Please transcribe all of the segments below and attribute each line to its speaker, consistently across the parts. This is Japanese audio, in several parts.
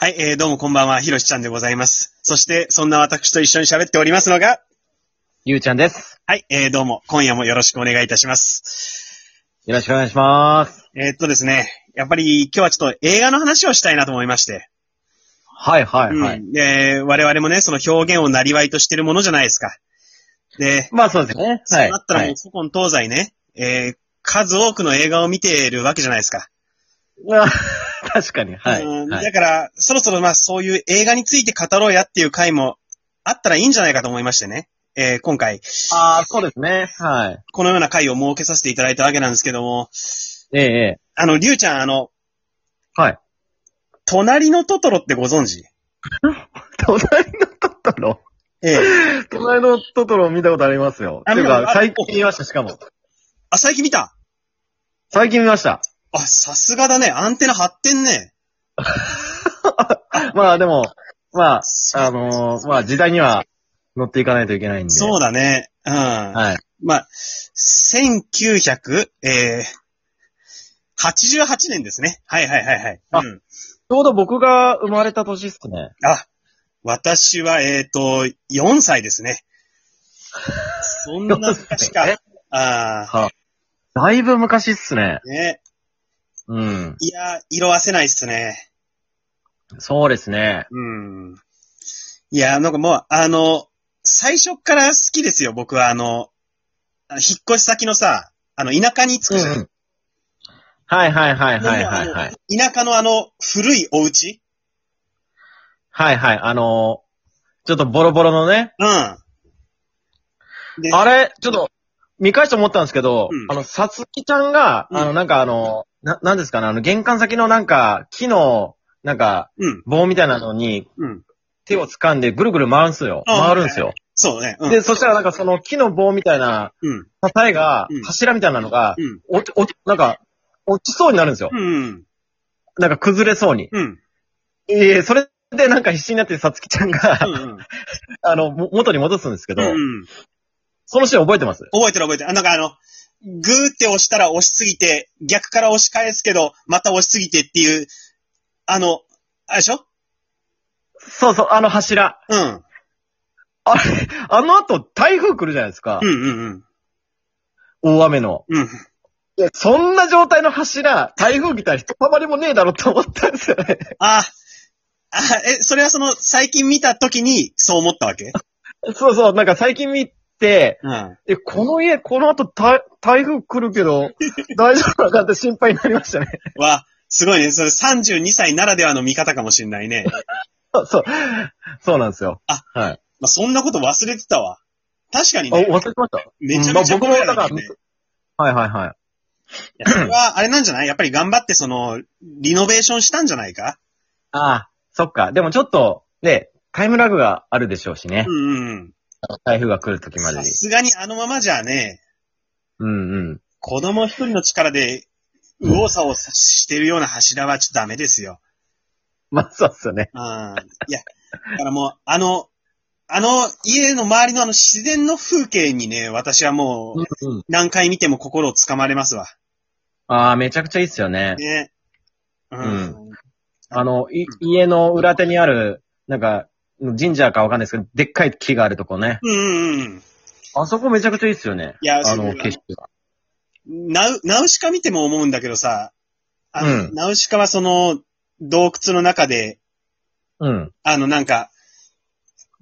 Speaker 1: はい、えー、どうもこんばんは、ひろしちゃんでございます。そして、そんな私と一緒に喋っておりますのが、
Speaker 2: ゆうちゃんです。
Speaker 1: はい、えー、どうも、今夜もよろしくお願いいたします。
Speaker 2: よろしくお願いします。
Speaker 1: えー、っとですね、やっぱり今日はちょっと映画の話をしたいなと思いまして。
Speaker 2: はいはいはい。
Speaker 1: うん、で、我々もね、その表現をなりわいとしてるものじゃないですか。で、
Speaker 2: まあそうですね。
Speaker 1: そう
Speaker 2: はい。
Speaker 1: なったら
Speaker 2: は
Speaker 1: もう
Speaker 2: い、
Speaker 1: 古今東西ね、えー、数多くの映画を見ているわけじゃないですか。
Speaker 2: うわ 確かに。はい。
Speaker 1: うん
Speaker 2: は
Speaker 1: だ
Speaker 2: い、
Speaker 1: から、そろそろまあそういう映画について語ろうやっていう回もあったらいいんじゃないかと思いましてね。えー今回、
Speaker 2: ああ、そうですね。はい。
Speaker 1: このような回を設けさせていただいたわけなんですけども、
Speaker 2: えええ
Speaker 1: あの、りゅうちゃん、あの、
Speaker 2: え。はい。
Speaker 1: 隣のトトロってご存知
Speaker 2: 隣のトトロ
Speaker 1: ええ
Speaker 2: 隣のトトロ見たことありますよ。
Speaker 1: あ
Speaker 2: ていう
Speaker 1: 見
Speaker 2: か
Speaker 1: た、
Speaker 2: 最近見ました、しかも。
Speaker 1: あ、最近見た
Speaker 2: 最近見ました。
Speaker 1: あ、さすがだね。アンテナ張ってんね。
Speaker 2: まあでも、まあ、あ
Speaker 1: そ
Speaker 2: のーまあ時代には乗っていかないといけないんで。
Speaker 1: そうだね。うん。
Speaker 2: はい。
Speaker 1: まあ、1900、えー、88年ですね。はいはいはいはい。
Speaker 2: あ
Speaker 1: うん、
Speaker 2: ちょうど僕が生まれた年っすね。
Speaker 1: あ、私は、えっ、と、4歳です ね。そんな昔か。
Speaker 2: え
Speaker 1: あ
Speaker 2: はだいぶ昔っすね。
Speaker 1: あ、ね。
Speaker 2: うん。
Speaker 1: いや、色褪せないっすね。
Speaker 2: そうですね。
Speaker 1: うん。いや、なんかもう、あの、最初っから好きですよ、僕は。あの、あの引っ越し先のさ、あの、田舎に着くじゃん。
Speaker 2: うんうんはいはいはいはいはい
Speaker 1: もう
Speaker 2: は
Speaker 1: あ
Speaker 2: い。
Speaker 1: の田舎のあの、古いお家
Speaker 2: はいはい、あのーちょっとボロボロのね。
Speaker 1: うん。で、
Speaker 2: あれ、ちょっと、見返して思ったんですけど、
Speaker 1: うん
Speaker 2: あの、さつきちゃんが、
Speaker 1: うん
Speaker 2: あの、なんかあの、な、なんですかね、あの、玄関先のなんか、木の、なんか、
Speaker 1: うん、
Speaker 2: 棒みたいなのに
Speaker 1: うん。
Speaker 2: 手を掴んでぐるぐる回るんすよ。
Speaker 1: あ
Speaker 2: 回るんすよ。
Speaker 1: そうね。うん、
Speaker 2: で、そしたらなんかその木の棒みたいな、
Speaker 1: うん、
Speaker 2: 支えが
Speaker 1: うん、
Speaker 2: 柱みたいなのが、
Speaker 1: うん、
Speaker 2: 落ち、落ち、なんか、落ちそうになるんですよ。
Speaker 1: うん、
Speaker 2: なんか崩れそうに。
Speaker 1: うん、
Speaker 2: ええそれでなんか必死になってさつきちゃんが、
Speaker 1: うん、
Speaker 2: あの、も元に戻すんですけど、
Speaker 1: うん。
Speaker 2: そのシーン覚えてます
Speaker 1: 覚えてる覚えてる。あなんかあの、グーって押したら押しすぎて、逆から押し返すけど、また押しすぎてっていう、あの、あれでしょ
Speaker 2: そうそう、あの柱。
Speaker 1: うん。
Speaker 2: あれ、あの後台風来るじゃないですか
Speaker 1: う。んうんうん。
Speaker 2: 大雨の。
Speaker 1: うん。
Speaker 2: いや、そんな状態の柱、台風来たらひとたまりもねえだろって思ったんですよね。
Speaker 1: あ、あ、え、それはその、最近見た時に、そう思ったわけ
Speaker 2: そうそう、なんか最近見て、
Speaker 1: うん。
Speaker 2: え、この家、この後台台風来るけ ど、大丈夫なのかって心配になりましたね。
Speaker 1: わ、すごいね。それ32歳ならではの見方かもしれないね。
Speaker 2: そうそう、そうなんですよ。
Speaker 1: あ、
Speaker 2: はい。
Speaker 1: まあ、そんなこと忘れてたわ。確かに
Speaker 2: あ、
Speaker 1: ね、
Speaker 2: 忘れてました。
Speaker 1: めちゃめちゃ
Speaker 2: うんまあ僕もだから
Speaker 1: 怖いね
Speaker 2: はいはいはい。
Speaker 1: いやそれは、あれなんじゃないやっぱり頑張って、その、リノベーションしたんじゃないか
Speaker 2: ああ、そっか。でもちょっと、ね、タイムラグがあるでしょうしね
Speaker 1: う。んうんうん。
Speaker 2: 台風が来る時まで
Speaker 1: さ
Speaker 2: に。
Speaker 1: すがにあのままじゃね、
Speaker 2: うんうん。
Speaker 1: 子供一人の力で、右往左往してるような柱はちょっとダメですよ。
Speaker 2: まあそうっすよね。
Speaker 1: うん。いや、だからもう、あの、あの家の周りのあの自然の風景にね、私はもう
Speaker 2: うんうん。
Speaker 1: 何回見ても心をつかまれますわ。
Speaker 2: ああ、めちゃくちゃいいっすよね。
Speaker 1: ね。うん。
Speaker 2: うんあの、い、家の裏手にある、なんか、神社かわかんないですけど、でっかい木があるとこね。
Speaker 1: うんうんうん。
Speaker 2: あそこめちゃくちゃいいっすよね。
Speaker 1: いや
Speaker 2: あ
Speaker 1: そう
Speaker 2: の、景色が。
Speaker 1: ナウ、ナウシカ見ても思うんだけどさ、あの、
Speaker 2: うん
Speaker 1: ナウシカはその洞窟の中で、
Speaker 2: うん。
Speaker 1: あのなんか、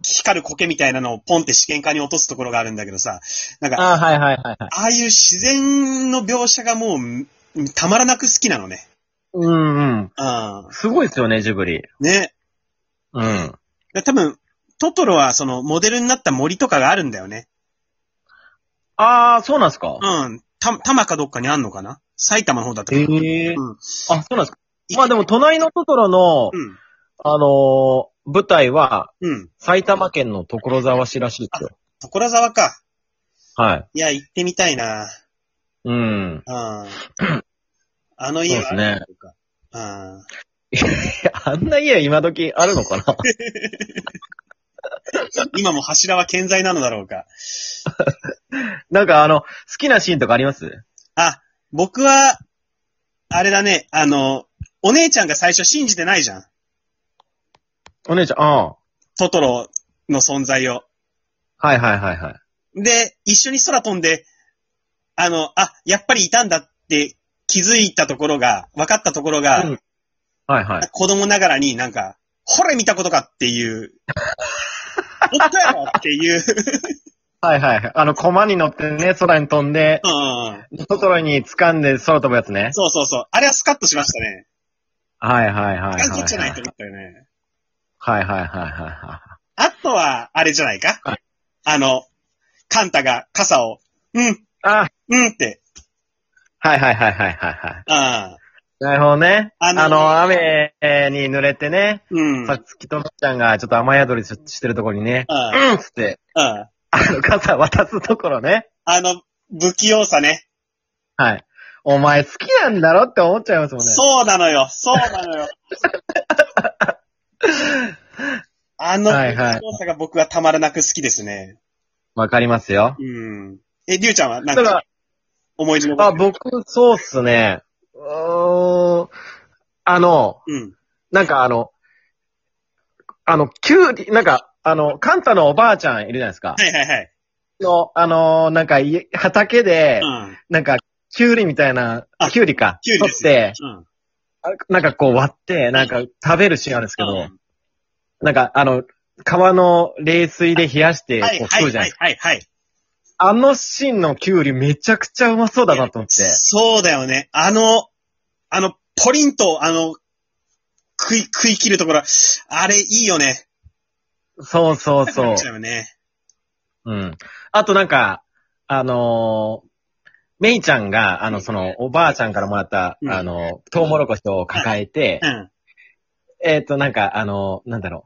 Speaker 1: 光る苔みたいなのをポンって試験管に落とすところがあるんだけどさ、なんか、
Speaker 2: ああ、はいはいはいはい。
Speaker 1: ああいう自然の描写がもうんたまらなく好きなのね。
Speaker 2: うんうん。
Speaker 1: うん。
Speaker 2: すごいっすよね、ジブリ。
Speaker 1: ね。
Speaker 2: うん。
Speaker 1: で多分、トトロはそのモデルになった森とかがあるんだよね。
Speaker 2: ああ、そうなんすか
Speaker 1: うん。た、多摩かどっかにあんのかな埼玉の方だった
Speaker 2: へ
Speaker 1: かな。
Speaker 2: え
Speaker 1: うん
Speaker 2: あ、そうなんすかまあでも、隣のトトロの、
Speaker 1: うん。
Speaker 2: あのー舞台は、
Speaker 1: うん。
Speaker 2: 埼玉県の所沢市らしいですよ。
Speaker 1: 所沢か。
Speaker 2: はい。
Speaker 1: いや、行ってみたいな。
Speaker 2: うん。
Speaker 1: うん。あ の
Speaker 2: そう
Speaker 1: 家は
Speaker 2: です
Speaker 1: ある
Speaker 2: ね。
Speaker 1: のか。うん。
Speaker 2: いやあんな家今時あるのかな
Speaker 1: 今も柱は健在なのだろうか。
Speaker 2: なんかあの、好きなシーンとかあります
Speaker 1: あ、僕は、あれだね、あの、お姉ちゃんが最初信じてないじゃん。
Speaker 2: お姉ちゃん、あ
Speaker 1: トトロの存在を。
Speaker 2: あ。はいはいはいはい。
Speaker 1: で、一緒に空飛んで、あの、あ、やっぱりいたんだって気づいたところが、分かったところが、
Speaker 2: うんはいはい。
Speaker 1: 子供ながらになんか、ほれ見たことかっていう、おったやろって いう、
Speaker 2: はいはい。あの、駒に乗ってね、空に飛んで、
Speaker 1: うん。
Speaker 2: トトロに掴んで空飛ぶやつね。
Speaker 1: そうそうそう。あれはスカッとしましたね。
Speaker 2: はいはいはいはいはい。
Speaker 1: あこっちじゃないと思ったよね。
Speaker 2: はいはいはいは
Speaker 1: あとは、あれじゃないか
Speaker 2: は
Speaker 1: あの、カンタが傘を、うん、
Speaker 2: い。あ、
Speaker 1: うんって、
Speaker 2: はいはいはいはいはいはい。
Speaker 1: あ
Speaker 2: なるほどね。
Speaker 1: あ
Speaker 2: あ
Speaker 1: の
Speaker 2: の、雨に濡れてね、
Speaker 1: うん。うん。
Speaker 2: さつきともっちゃんがちょっと雨宿りししてるところにね、
Speaker 1: うん
Speaker 2: うんっつって、
Speaker 1: うん。
Speaker 2: あの、傘渡すところね。
Speaker 1: あの、不器用さね。
Speaker 2: はい。お前好きなんだろって思っちゃいますもんね。
Speaker 1: そうなのよ。そうなのよ。あの、
Speaker 2: はいはい
Speaker 1: 不器用さが僕はたまらなく好きですね。
Speaker 2: わかりますよ。
Speaker 1: うん。え、りゅうちゃんはな
Speaker 2: だ
Speaker 1: ん
Speaker 2: か、
Speaker 1: から思い出の
Speaker 2: あ、僕、そうっすね。うーん。あの、
Speaker 1: うん。
Speaker 2: なんかあの、あの、キュウリ、なんか、あの、カンタのおばあちゃんいるじゃないです
Speaker 1: は
Speaker 2: か。
Speaker 1: いはいはい。
Speaker 2: の、あのー、なんか家、畑で、
Speaker 1: うん。
Speaker 2: なんか、キュウリみたいな
Speaker 1: あ、
Speaker 2: キュウリか。
Speaker 1: キュウリ
Speaker 2: 取
Speaker 1: で
Speaker 2: っ
Speaker 1: す
Speaker 2: て、
Speaker 1: うん。
Speaker 2: あなんかこう割って、なんか食べるシーンあるんですけ
Speaker 1: う
Speaker 2: ど
Speaker 1: ん、
Speaker 2: なんかあの、川の冷水で冷やして、
Speaker 1: はい
Speaker 2: こう、
Speaker 1: はい
Speaker 2: 食うじゃな
Speaker 1: はいい
Speaker 2: ですか。
Speaker 1: はいはい。
Speaker 2: あのシーンのキュウリめちゃくちゃうまそうだなと思って。
Speaker 1: そうだよね。あの、あの、ポリンと、あの、食い、食い切るところ、あれいいよね。
Speaker 2: そうそうそ
Speaker 1: な
Speaker 2: う
Speaker 1: っ。ちゃうよね。
Speaker 2: うん。あとなんか、あのーメイちゃんが、あの、その、おばあちゃんからもらった、
Speaker 1: うん
Speaker 2: あの、トウモロコシを抱えて
Speaker 1: う、ん。
Speaker 2: えっ、と、なんか、あの、なんだろ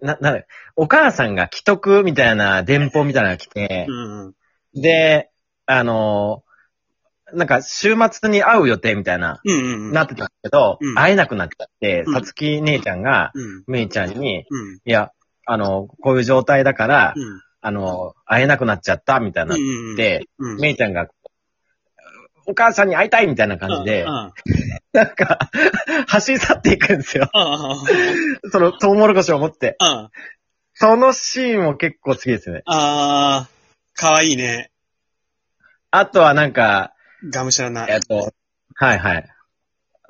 Speaker 2: う。な、なんだお母さんが既得みたいな電報みたいなのが来て、
Speaker 1: うん。
Speaker 2: で、あのーなんか、週末に会う予定みたいな、
Speaker 1: うんうんうん。
Speaker 2: なってたんですけど、
Speaker 1: うん
Speaker 2: 会えなくなっちゃって、
Speaker 1: うん
Speaker 2: さつき姉ちゃんが、
Speaker 1: うん。
Speaker 2: メイちゃんに、
Speaker 1: うん。
Speaker 2: いや、あの、こういう状態だから、
Speaker 1: うん。
Speaker 2: あの、会えなくなっちゃった、みたいな
Speaker 1: う。ん。
Speaker 2: で、
Speaker 1: うん、
Speaker 2: メイちゃんが、お母さんに会いたいみたいな感じで
Speaker 1: うん。う、ん
Speaker 2: なんか、 走り去っていくんですよ。
Speaker 1: うん。
Speaker 2: その、トウモロコシを持って。
Speaker 1: うん。
Speaker 2: そのシーンも結構好きですね。
Speaker 1: あー、かわいいね。
Speaker 2: あとはなんか、
Speaker 1: がむしゃらな。
Speaker 2: えっと、はいはい。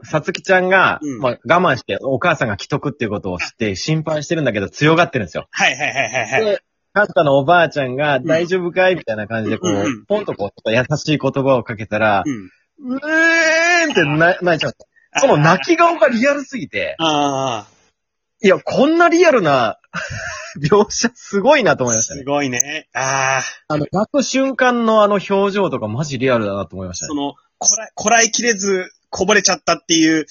Speaker 2: さつきちゃんが、
Speaker 1: うん
Speaker 2: まあ、我慢して、お母さんが既得っていうことを知って、心配してるんだけど、強がってるんですよ。
Speaker 1: はいはいはいはいはい。
Speaker 2: で、カンタのおばあちゃんが、
Speaker 1: ん
Speaker 2: 大丈夫かいみたいな感じで、こ
Speaker 1: うんう
Speaker 2: う、
Speaker 1: ん
Speaker 2: ポンとこう、ちょっと優しい言葉をかけたら
Speaker 1: う、ん。
Speaker 2: うーんってな泣いちゃう。その泣き顔がリアルすぎて、
Speaker 1: あ
Speaker 2: いや、こんなリアルな 描写すごいなと思い
Speaker 1: ー、
Speaker 2: ました
Speaker 1: す
Speaker 2: ね。
Speaker 1: ごいね。あー。
Speaker 2: あの、泣く瞬間のあの表情とかマジリアルだなと思いました
Speaker 1: そ
Speaker 2: ね。
Speaker 1: の、こら、こらえきれず、こぼれちゃったっていう、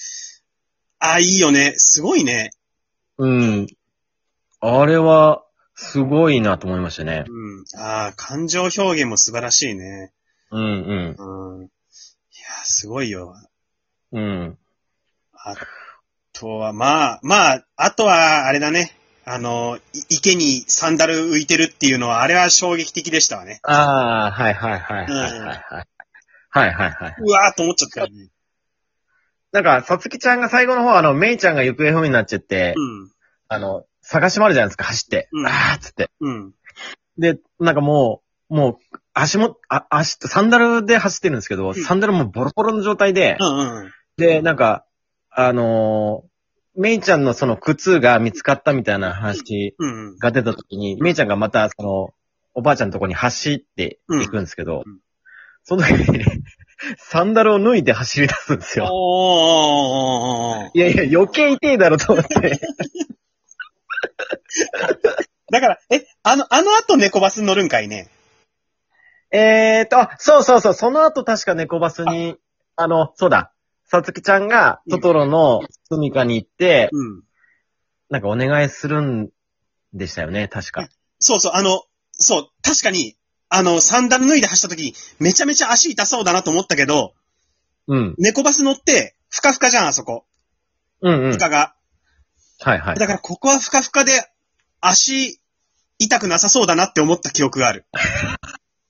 Speaker 1: ああ、いいよね。すごいね。
Speaker 2: うん。あれは、すごいなと思いましたね。
Speaker 1: うん。ああ、感情表現も素晴らしいね。
Speaker 2: うん
Speaker 1: うん。いや、すごいよ。
Speaker 2: うん。うん。
Speaker 1: あとは、まあ、まあ、あとは、あれだね。あの、い池にサンダル浮いてるっていうのは、あれは衝撃的でしたわね。
Speaker 2: ああ、はいはいはいはいはいはい。はいはいはい。
Speaker 1: うわーと思っちゃったよね。
Speaker 2: なんか、さつきちゃんが最後の方、あの、めいちゃんが行方不明になっちゃって、あの、探し回るじゃないですか、走って。
Speaker 1: うん
Speaker 2: ああ、つって。
Speaker 1: うん。うん。
Speaker 2: で、なんかもう、もう、足も、あ、足、サンダルで走ってるんですけど、
Speaker 1: ん
Speaker 2: サンダルもボロボロの状態で
Speaker 1: う、んうん。
Speaker 2: で、なんか、あのーメイちゃんのその靴が見つかったみたいな話
Speaker 1: うん。
Speaker 2: が出た時に、メイちゃんがまた、その、おばあちゃんのとこに走っていくんですけ
Speaker 1: う
Speaker 2: ど、
Speaker 1: んうん
Speaker 2: その時に、 サンダルを脱いで走り出すんですよ。
Speaker 1: おーおーおーおーおー
Speaker 2: いやいや、余計痛いだろと思って。
Speaker 1: だから、え、あの、あの後猫バス乗るんかいね。
Speaker 2: えーと、あ、そうそうそう、その後確か猫バスに、あの、そうだ、さつきちゃんがトトロの住みかに行って、
Speaker 1: うん。
Speaker 2: なんかお願いするんでしたよね、確か。
Speaker 1: そうそう、あの、そう、確かに、あの、サンダル脱いで走った時に、めちゃめちゃ足痛そうだなと思ったけど、
Speaker 2: うん。
Speaker 1: 猫バス乗って、ふかふかじゃん、あそこ。
Speaker 2: うんうん
Speaker 1: ふ。かが。
Speaker 2: はいはい。
Speaker 1: だから、ここはふかふかで、足、痛くなさそうだなって思った記憶がある。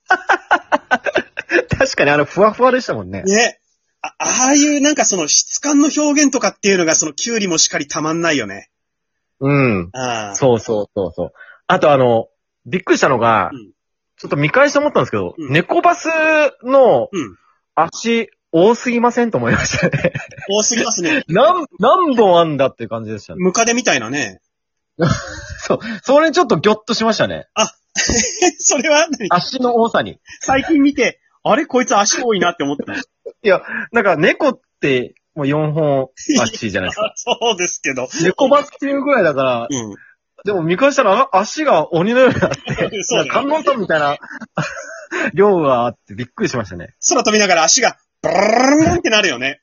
Speaker 2: 確かにあの、ふわふわでしたもんね。
Speaker 1: ね。あああいう、なんかその質感の表現とかっていうのが、そのキュウリもしっかりたまんないよね。
Speaker 2: うん。
Speaker 1: ああ。
Speaker 2: そうそうそうそう。あとあの、びっくりしたのが、
Speaker 1: うん
Speaker 2: ちょっと見返して思ったんですけど、
Speaker 1: うん
Speaker 2: 猫バスの
Speaker 1: うん。
Speaker 2: 足多すぎませんと思いました ね。
Speaker 1: 多すぎますね。
Speaker 2: 何、何本あんだっていう感じでしたね。
Speaker 1: ムカデみたいなね。
Speaker 2: それにちょっとギョッとしました ね。
Speaker 1: それは何
Speaker 2: 足の多さに。
Speaker 1: 最近見て、あれこいつ足多いなって思った。
Speaker 2: なんか猫って、もう4本足じゃない ですか。
Speaker 1: そうですけど。
Speaker 2: 猫バスっていうぐらいだから、
Speaker 1: うん。
Speaker 2: でも見返したらあ足が鬼のような、
Speaker 1: そうだ
Speaker 2: 観
Speaker 1: ね。
Speaker 2: 音さんみたいな量があってびっくりしましたね。
Speaker 1: 空飛びながら足が、ブルーンってなるよ ね。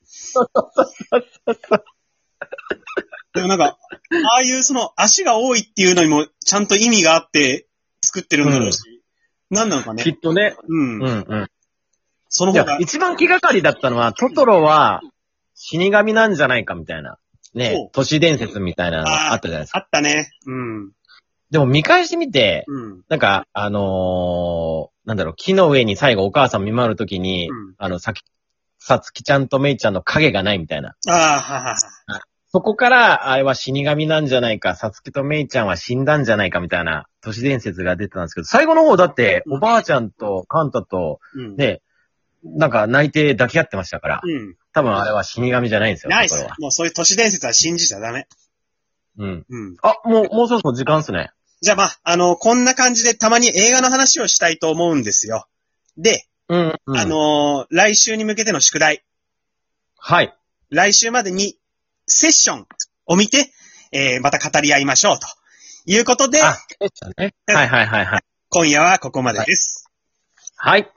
Speaker 1: でもなんか、ああいうその足が多いっていうのにもちゃんと意味があって作ってるんだろうし。何なのかね
Speaker 2: き。っとね。
Speaker 1: うん
Speaker 2: う。んうん。
Speaker 1: その
Speaker 2: い
Speaker 1: 方
Speaker 2: や
Speaker 1: が、、
Speaker 2: 一番気がかりだったのは、トトロは死神なんじゃないかみたいな。
Speaker 1: そ
Speaker 2: ね
Speaker 1: う、
Speaker 2: 都市伝説みたいなのがあったじゃないですか。
Speaker 1: あったね。うん。
Speaker 2: でも見返してみて、
Speaker 1: うん。
Speaker 2: なんか、あのーなんだろう、木の上に最後お母さん見守るときに、
Speaker 1: うん
Speaker 2: あの、さき、さつきちゃんとめいちゃんの影がないみたいな。
Speaker 1: ああ、はは。
Speaker 2: そこから、あれは死神なんじゃないか、さつきとめいちゃんは死んだんじゃないかみたいな都市伝説が出てたんですけど、最後の方だって、
Speaker 1: うん
Speaker 2: おばあちゃんとカンタと、
Speaker 1: うん。
Speaker 2: ね、なんか泣いて抱き合ってましたから、
Speaker 1: うん。
Speaker 2: 多分あれは死神じゃないんですよ、
Speaker 1: ナイ
Speaker 2: とこ
Speaker 1: ス
Speaker 2: ろは。。
Speaker 1: もうそういう都市伝説は信じちゃダメ。
Speaker 2: うん。
Speaker 1: うん。
Speaker 2: あ、もう、もうそろそろ時間っすね。
Speaker 1: じゃあまあ、あの、こんな感じでたまに映画の話をしたいと思うんですよ。で、
Speaker 2: うん、うん。
Speaker 1: あ、のー来週に向けての宿題。
Speaker 2: はい。
Speaker 1: 来週までに、セッションを見て、えー、また語り合いましょうと。いうことで、
Speaker 2: あ、でしたね。はいはいはいはい。
Speaker 1: 今夜はここまでです。
Speaker 2: はい。